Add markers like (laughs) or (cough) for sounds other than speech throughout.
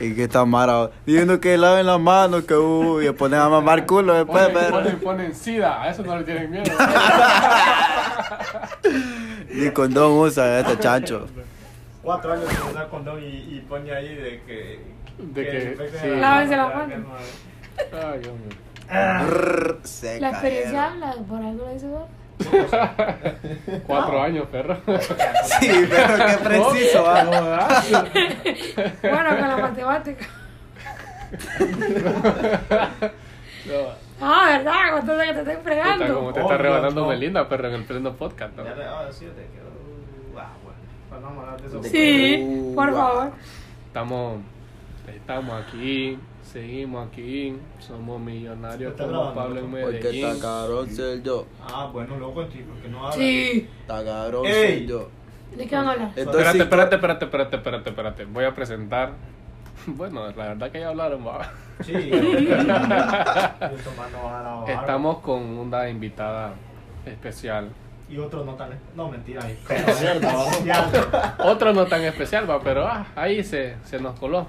Y que está mara. Diciendo que laven las manos, que uy, y ponen a mamar culo después, Ponen, ponen, ponen sida, a eso no le tienen (laughs) miedo. Ni condón usa este chancho. Cuatro años sin usar condón y, y pone ahí de que. De que- infecten sí. a la- Lávense a la- las manos. a la- Ay, Dios mío. Brrr, se La experiencia cayeron. habla, por algo lo hizo. Cuatro años, perro. Sí, pero qué preciso, va. Bueno, con la matemática. (laughs) No, Ah, ¿verdad? Entonces que te estoy puta, fregando. como te está Oh, rebanando no. Melinda, perro, en el pleno podcast. ¿no? Ya te- ah, sí, te quedó. Ah, bueno. Pues vamos a hablar de eso. Sí, por Uh, favor. Estamos, estamos aquí, seguimos aquí, somos millonarios Está como grabando, Pablo en ¿no? Porque Medellín. está cabrón ser yo. Ah, bueno, loco, tío, porque no habla. Sí. Está cabrón Ey. ser yo. ¿De qué (laughs) van a hablar? Entonces, Espérate, espérate, espérate, espérate, espérate, espérate. Voy a presentar. (laughs) Bueno, la verdad que ya hablaron, va. Sí. Yo tomando pues, a la barba. Estamos con una invitada especial. Y otro no tan. No, mentira. ahí. Pero (laughs) mierda, vamos. Otro no tan especial, va, pero ah, ahí se, se nos coló.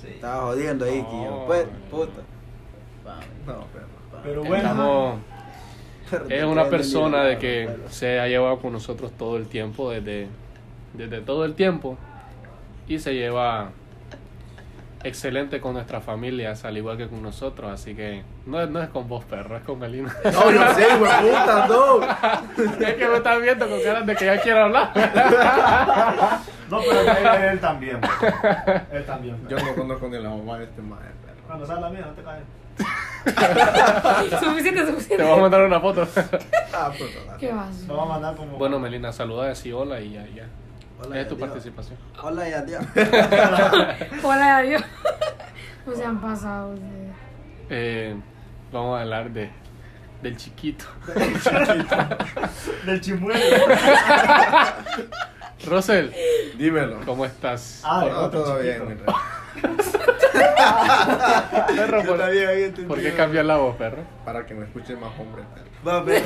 Sí. Estaba jodiendo ahí, que yo, No. pues, puta. Vamos, No, pero, vamos. Pero bueno. Estamos, Pero te es una quedan persona en de el- que se ha llevado con nosotros todo el tiempo, desde, desde todo el tiempo, y se lleva excelente con nuestra familia, al igual que con nosotros, así que no, es- no es con vos, perro, es con Melina. (laughs) No, yo sé, güey, puta, no. es que me estás viendo con ganas de que ya quiero hablar. (laughs) No, pero él, él también. pues. Él también. pues. Yo no conozco ni la mamá de este madre, perro. Cuando salga la mía, no te caes. Suficiente, Te voy a suficiente. mandar una foto. (laughs) Ah, puta. dale. ¿Qué Nos va a vas? mandar como. bueno, Melina, saluda, decí hola y ya, ya. Hola, es tu adiós. participación. Hola y adiós. Hola, adiós. (laughs) No se han pasado ustedes. Eh, vamos a hablar de, del chiquito. (laughs) (laughs) Del chimuelo. Rosel, Dímelo. ¿cómo estás? Ah, No, todo chiquito. bien, mi rey. Perro, Yo ¿por, también había entendido. por qué cambió la voz, perro? Para que me escuchen más hombres, perro. Va, pero.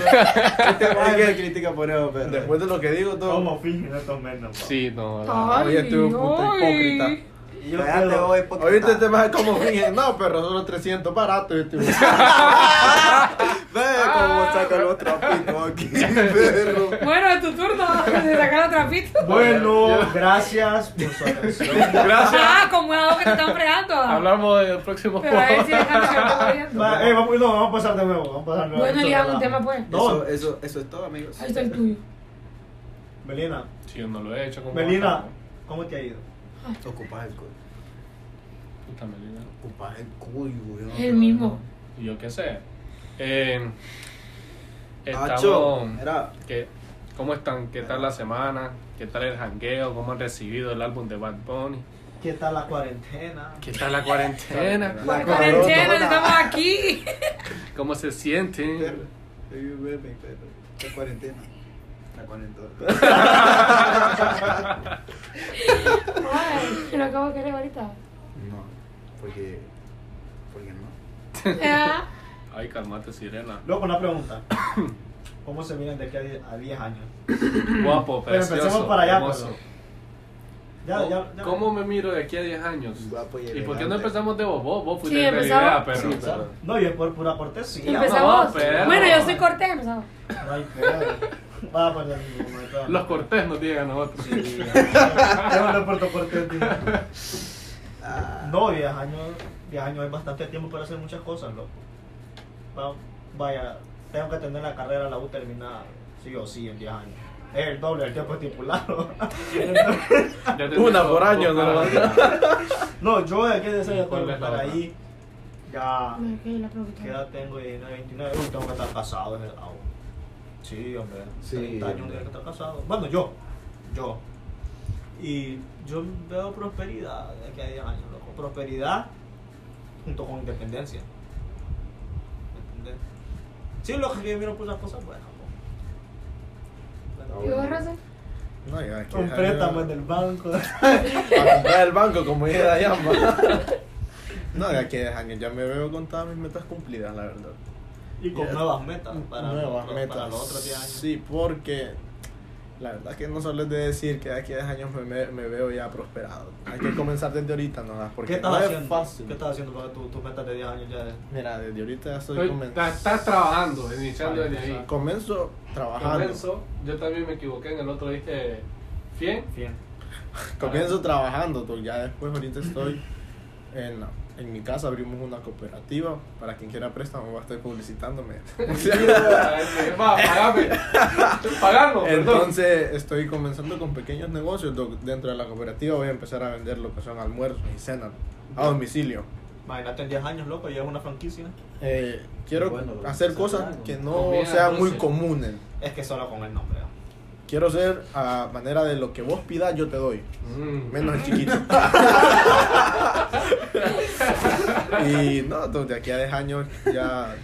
Este man que critica por eso, pero. Después de lo que digo, todo. Como fingen estos menos. pues. Sí, no. la- Ay, Oye, tú, puta ay. hipócrita. Y yo Cállate, quiero- voy, puta. Oíste este más como finge. No, perro, solo 300 barato. Este (laughs) Ve Ah. cómo saca los trapitos aquí, (laughs) perro. Bueno, es tu turno (laughs) de sacar la trapito. Bueno, gracias por su (laughs) atención. Ah, como es algo que te están fregando. Hablamos del próximo Pero a ver si dejan de estar corriendo. Va, eh, vamos, no, vamos a pasar de nuevo. Vamos a pasar de nuevo. Bueno, Esto elijamos un es tema, verdad. pues. No. Eso, eso, eso es todo, amigos. Ahí está el tuyo. Melina, Sí, yo no lo he hecho. ¿cómo va a Melina, estar? ¿cómo te ha ido? Ocupas el culo. Puta Melina. Ocupas el culo, weón. Es el mismo. Y Yo qué sé. Eh, Acho, estamos... mira, ¿qué- ¿Cómo están? ¿Qué tal la semana? ¿Qué tal el jangueo? ¿Cómo han recibido el álbum de Bad Bunny? ¿Qué tal la cuarentena? ¿Qué tal la cuarentena? La Por cuarentena, corona. estamos (laughs) aquí. ¿Cómo se perro. sienten? Soy un bebé, perro. La cuarentena. La cuarentena. Ay, lo acabo de querer ahorita. No, porque. Porque no. Ah, Ay, calmate, sirena. Luego una (coughs) pregunta. ¿Cómo se miran de aquí a die- a 10 años? Guapo, Pero precioso, empecemos para allá, hermoso. pues. Ya, ya, ya. ¿Cómo me miro de aquí a 10 años? Guapo y ¿Y elegante. por qué no empezamos de vos? Vos, vos fuiste Sí, de empezamos. idea, perro. Sí, pero- No, yo por pura cortesía. Empezamos. pero- Bueno, yo soy cortés, empezamos. No hay pedo. Va a poner mi momento. Los cortés nos digan a nosotros. Sí, ya hablé por tu cortés, tío. Ah. No, 10 años, 10 años es bastante tiempo para hacer muchas cosas, loco. Va- vaya, tengo que tener la carrera, la U terminada, sí o sí, en 10 años. Es el doble del tiempo estipulado. (laughs) (laughs) Ya te Una digo, por año, puta, ¿no? ya. No, yo de aquí de ser ¿Cuál acuerdo es la estar otra? ahí. Ya, No, es que la ¿qué pregunta. edad tengo? 19, 29. Uy, tengo que estar casado, ¿verdad? Ah, bueno. Sí, hombre. Sí, 30 años hombre. tengo que estar casado. Bueno, yo. Yo. Y yo veo prosperidad de aquí a 10 años, loco. Prosperidad junto con independencia. ¿Me entendés? Sí, lo que vieron por las cosas, bueno. pues. ¿Y vos, Rosa? No, ya, aquí. Un préstamo en el banco. (laughs) Para comprar el banco, como dije la llama. (laughs) No, de aquí a 10 años ya me veo con todas mis metas cumplidas, la verdad. Y con Ya. nuevas metas para, Nuevas para metas. los otros 10 años. Sí, porque La verdad que no solo es de decir que de aquí a 10 años me, me- me veo ya prosperado. Hay que comenzar desde ahorita, ¿no? Porque ¿Qué estás no es haciendo? fácil. ¿Qué estás haciendo para tus tu metas de 10 años ya? de- Mira, desde ahorita ya estoy Estoy- comenzando. ta- Estás trabajando, iniciando Vale, desde ahí. Comienzo trabajando. Comienzo, yo también me equivoqué, en el otro dije, ¿fien? Bien. Comienzo trabajando, tú. Ya después, ahorita estoy en, en mi casa, abrimos una cooperativa. Para quien quiera préstamo, va a estar (laughs) publicitándome. (laughs) Va, pagame. Pagarlo, perdón. Entonces, estoy comenzando con pequeños negocios. doc. Dentro de la cooperativa voy a empezar a vender lo que son almuerzos y cenas a domicilio. Imagínate en 10 años, loco, ya es una franquicia. Eh, quiero Bueno, bro, hacer está cosas claro. que no Comida, sean muy dulce. comunes. Es que solo con el nombre. ¿no? Quiero ser a manera de lo que vos pidas, yo te doy. Mm. Menos el chiquito. y no, tú, de aquí a 10 años ya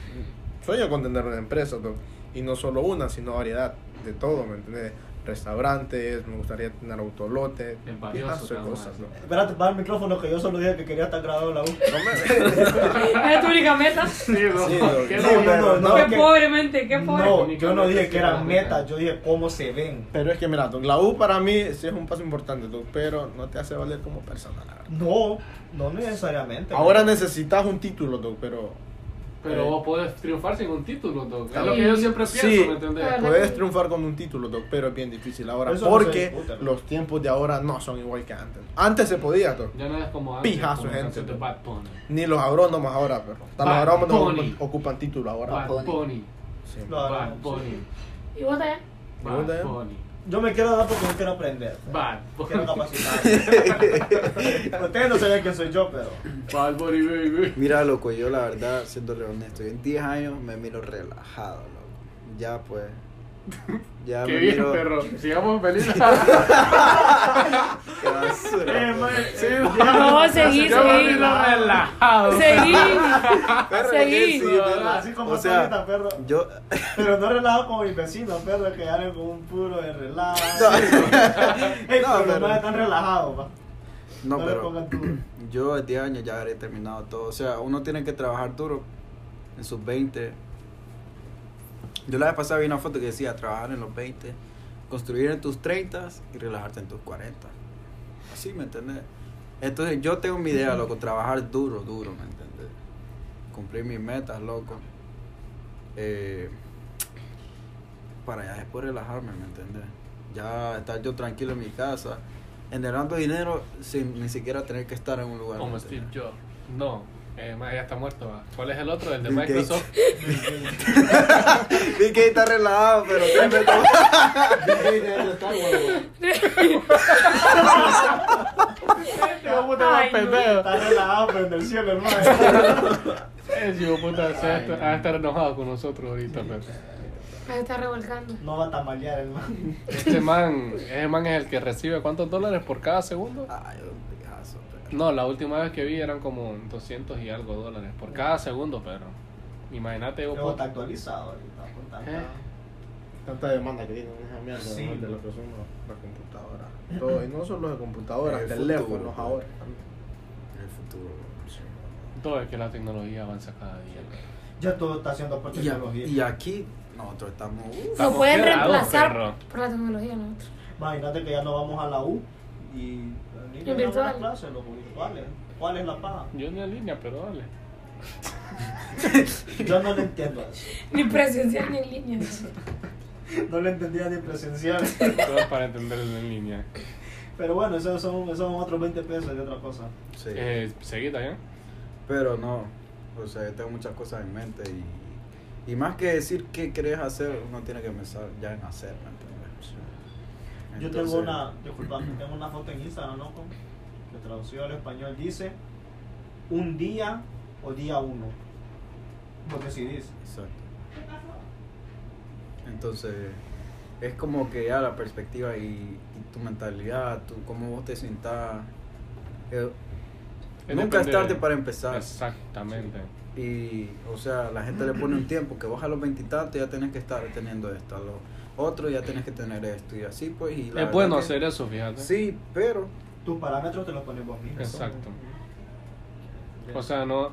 sueño con tener una empresa. tú. Y no solo una, sino variedad de todo, ¿me entiendes? Restaurantes, me gustaría tener autolote, El y valioso, más de cabrón, cosas. así. ¿no? Espérate, para el micrófono que yo solo dije que quería estar grabado en la U. No me- ¿Esa (laughs) es tu única meta? Sí, no, Sí, lo- qué sí, lindo. pero no, qué que- pobremente, qué pobre. No, yo no dije que Sí, eran metas, sí. yo dije cómo se ven. Pero es que mira, tú, la U para mí sí es un paso importante, tú, pero no te hace valer como persona, la verdad. No, no necesariamente. Ahora necesitas un título, doc, pero Pero vos podés triunfar sin un título, doc. Es Claro. lo que yo siempre Sí. pienso, ¿me entendés? Claro. puedes triunfar con un título, doc, pero es bien difícil ahora Eso no se porque disputa, ¿no? los tiempos de ahora no son igual que antes. Antes se podía, doc. Ya no es como antes. Pijazo, como gente. antes de Bad Bunny. Ni los agrónomos ahora, pero hasta los Bad agrónomos Bunny. ocupan, ocupan título ahora. Bad Bunny. Bunny. Sí. No. Claro, Bad sí. Bunny. ¿Y vos allá? Bad Bunny. Yo me quiero dar porque yo quiero aprender. Bad (laughs) Quiero Bunny. (laughs) capacitar. Ustedes no saben quién soy yo, pero. Bad Bunny, baby. Mira, loco, yo la verdad, siéndole honesto, yo en 10 años me miro relajado, loco. Ya pues. Ya Qué me bien, miro. perro. Sigamos felices. (laughs) Qué (laughs) basura, Eh, pues. man, (laughs) sí, No, seguí, Yo me seguí. miro relajado. (laughs) Seguí. Perro, Seguí. sí, perro. Así como O sea, Solita, perro. Yo. Pero no relajo como mis vecinos, perro, que andan con un puro de relajo. (laughs) No. Ey, No, pero pero- no están relajados, pa. No, le pero. pongan duro. (clears throat) Yo a 10 años ya habré terminado todo. O sea, uno tiene que trabajar duro en sus 20. Yo la vez pasada vi una foto que decía trabajar en los 20, construir en tus 30 y relajarte en tus 40. Así, ¿me entendés? Entonces yo tengo mi idea, loco, trabajar duro, duro, ¿me entendés? Cumplir mis metas, loco. Eh, para ya después relajarme, ¿me entendés? Ya estar yo tranquilo en mi casa, generando dinero sin ni siquiera tener que estar en un lugar. Como ¿me Steve entendés? Jobs. No. Eh, ma, ya está muerto. va. ¿Cuál es el otro? El de Bill Gates. Microsoft. (laughs) Vi que está relajado, pero (laughs) créeme, no. Este hijo puta más Ay, no. pendejo. Están relajados, pero en el (laughs) cielo, hermano. (laughs) Ese hijo puta se va a estar- va a estar enojado con nosotros ahorita, pero. Me está revolcando. No va a tamalear, hermano. Este man, ese man es el que recibe cuántos dólares por cada segundo. Ay, un pijazo, perro. No, la última vez que vi eran como 200 y algo dólares por cada segundo, pero imagínate hijo Pero está puta. actualizado ahorita, con tanta- ¿Eh? Tanta demanda que tienen esa mierda Sí. ¿no? de lo que son los- las computadoras. (laughs) Todo, y no solo de computadoras, El teléfonos futuro. ahora. El futuro. Todo es que la tecnología avanza cada día. Ya todo está haciendo por Y, tecnología. a- y aquí nosotros estamos. uf, Lo Estamos pueden quedados, reemplazar perro. por la tecnología nosotros. Imagínate que ya no vamos a la U y los niños ya van a virtual. clase, los virtuales. ¿Cuál es la paja? Yo ni en línea, pero dale. Yo no le entiendo eso. Ni presencial ni en línea. No le entendía ni presencial. Todo es para entenderlo en línea. Pero bueno, esos son, esos son otros 20 pesos y otra cosa. sí. Eh, seguida, ¿ya? Pero no, o sea, yo tengo muchas cosas en mente y, y más que decir qué querés hacer, uno tiene que pensar ya en hacer, ¿me entiendes? Sí. Yo Entonces, tengo una, disculpa, tengo una foto en Instagram, ¿no? Con- Que traducido al español dice un día o día uno. Porque si dice. Exacto. Entonces, es como que ya la perspectiva y, y tu mentalidad, tu, cómo vos te sentás. eh, Eh, nunca es depende- tarde para empezar. Exactamente. Y, o sea, la gente le pone un tiempo que baja a los veintitantos ya tenés que estar teniendo esto, a los otros ya tenés que tener esto y así pues. Y la Es verdad bueno que- hacer eso, fíjate. Sí, pero Tus parámetros te los pones vos mismo. Exacto. O sea, no.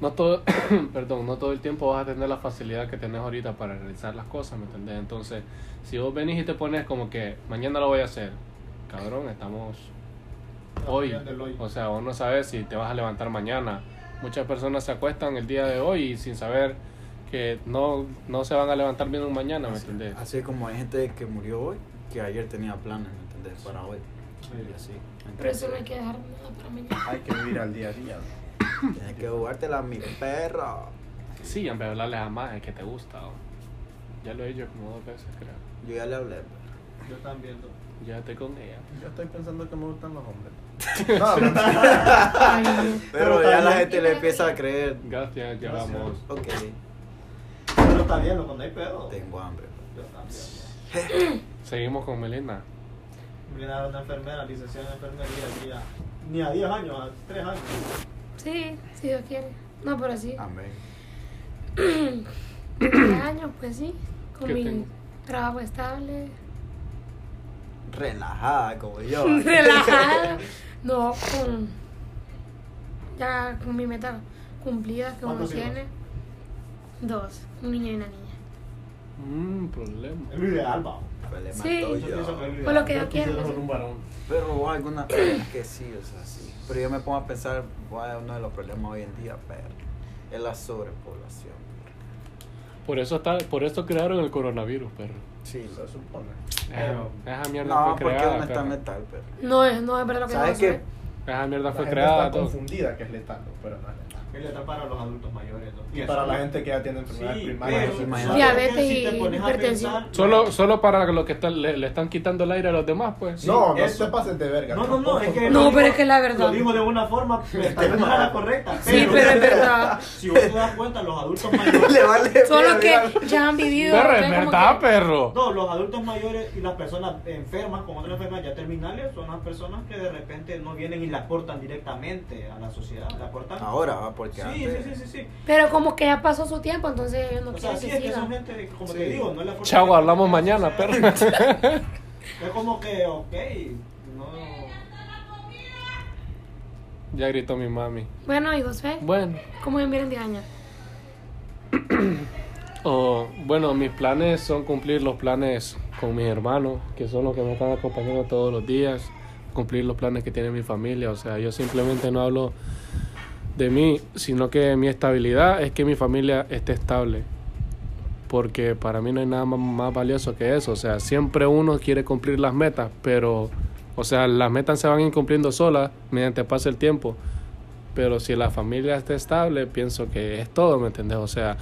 no todo, (coughs) perdón, no todo el tiempo vas a tener la facilidad que tenés ahorita para realizar las cosas, ¿me entendés? Entonces, si vos venís y te pones como que mañana lo voy a hacer, cabrón, estamos hoy. Del hoy. O sea, vos no sabes si te vas a levantar mañana. Muchas personas se acuestan el día de hoy y sin saber que no, no se van a levantar bien un mañana, ¿me entendés? Así como hay gente que murió hoy, que ayer tenía planes, ¿me entendés? Para hoy. Y así. Pero eso no Entonces, hay que dejar nada para mañana. Hay que vivir al día a día. Tienes que jugártela, mi perro. Sí, en vez de hablarles a más, es que te gusta. o- Ya lo he dicho como dos veces, creo. Yo ya le hablé. pues. pero- Yo también. ¿no? Llévate con ella. Yo estoy pensando que me gustan los (laughs) hombres. Ay, no. Pero, Pero ya la también- gente le empieza a creer. Gracias, ya Gracias. vamos. Ok, Pero está bien, loco, no hay pedo. tengo hambre. pues. Yo también. ¿no? Seguimos con Melina. Mira, era una enfermera, licenciada en enfermería, aquí ya. Ni a 10 años, a 3 años. Sí, si Dios quiere. No, pero sí. Amén. 20 años, pues sí. Con ¿Qué mi tengo? trabajo estable. Relajada como (laughs) yo. (laughs) ¿eh? Relajada. No, con. Ya con mi meta cumplida que uno ¿Cuántos hijos? tiene. Dos. Un niño y una niña. Mmm, problema. Es lo ideal, vamos. Problema Sí. todo Yo pienso que yo. es ideal. Fue lo que yo quisiera quiero. ser un varón. Pero hubo algunas cosas que sí, o sea, sí. Pero yo me pongo a pensar, guay, uno de los problemas hoy en día, pero es la sobrepoblación. Por eso está, por eso crearon el coronavirus, perro. Sí, Se supone. Esa, Pero- esa mierda No, fue porque creada. uno está perro. metal, pero. No es, no es verdad lo que ¿Sabes digo, qué? Esa mierda La fue gente creada. está todo. confundida que es letal, pero no es letal. Es letal para los adultos mayores. ¿no? Y eso, para la ¿no? gente que ya tiene enfermedad Sí, primaria. pero- no se Imagínate. imagina. Diabetes Si te y pones a hipertensión. pensar- Solo, solo para lo que está- le, le están quitando el aire a los demás, pues. Sí, no, no eso. se pases de verga. No, no, no, tampoco. es (laughs) que. No, lo pero es que la verdad. Lo digo de una forma, Este pero tal vez no era la correcta. Sí, pero es (laughs) verdad. Si vos te das cuenta, los (laughs) adultos mayores. Le vale. Solo mira, (laughs) mira. que ya han vivido. Perro, es entonces como verdad, pues. que- perro. No, los adultos mayores y las personas enfermas con otras enfermedades ya terminales son las personas que de repente no vienen y le aportan directamente a la sociedad. Le aportan. Ahora va, porque sí, sí, antes. sí, sí, sí. Pero como que ya pasó su tiempo, entonces ellos no O sea, quieren sí, que es que son siga. gente, como Sí. te digo, no le aportan. Chavo, hablamos directamente, mañana, o sea, perro. (laughs) Es como que, ok, no. (laughs) ya gritó mi mami. Bueno, y José, Bueno. ¿cómo me miran 10 años? O, Oh, bueno, mis planes son cumplir los planes con mis hermanos, que son los que me están acompañando todos los días, cumplir los planes que tiene mi familia. O sea, yo simplemente no hablo de mí, sino que mi estabilidad es que mi familia esté estable. Porque para mí no hay nada más, más valioso que eso. O sea, siempre uno quiere cumplir las metas, pero, o sea, las metas se van incumpliendo solas mediante pasa el tiempo. Pero si la familia está estable, pienso que es todo, ¿me entendés? O sea,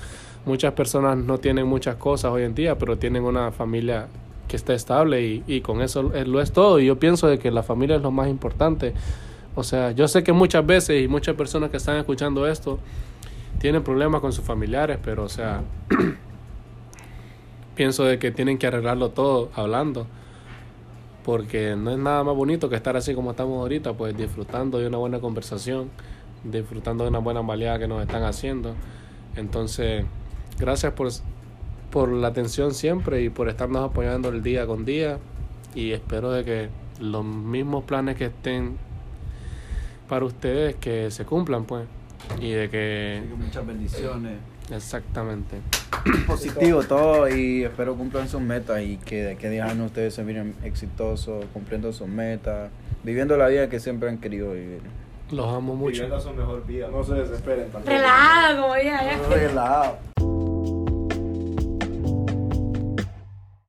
muchas personas no tienen muchas cosas hoy en día, pero tienen una familia que está estable y, y con eso es- lo es todo. Y yo pienso de que la familia es lo más importante. O sea, yo sé que muchas veces y muchas personas que están escuchando esto tienen problemas con sus familiares, pero o sea, (clears throat) pienso de que tienen que arreglarlo todo hablando. Porque no es nada más bonito que estar así como estamos ahorita, pues disfrutando de una buena conversación, disfrutando de una buena baleada que nos están haciendo. Entonces, gracias por, por la atención siempre y por estarnos apoyando el día con día. Y espero de que los mismos planes que estén para ustedes que se cumplan, pues. Y de que... Así que muchas bendiciones. Exactamente. Positivo todo y espero cumplan sus metas y que de aquí a 10 años ustedes se miren exitosos, cumpliendo sus metas, viviendo la vida que siempre han querido vivir. Los amo mucho. Viviendo su mejor vida. No se desesperen tampoco. Relajada, como ya, ya. Relajado.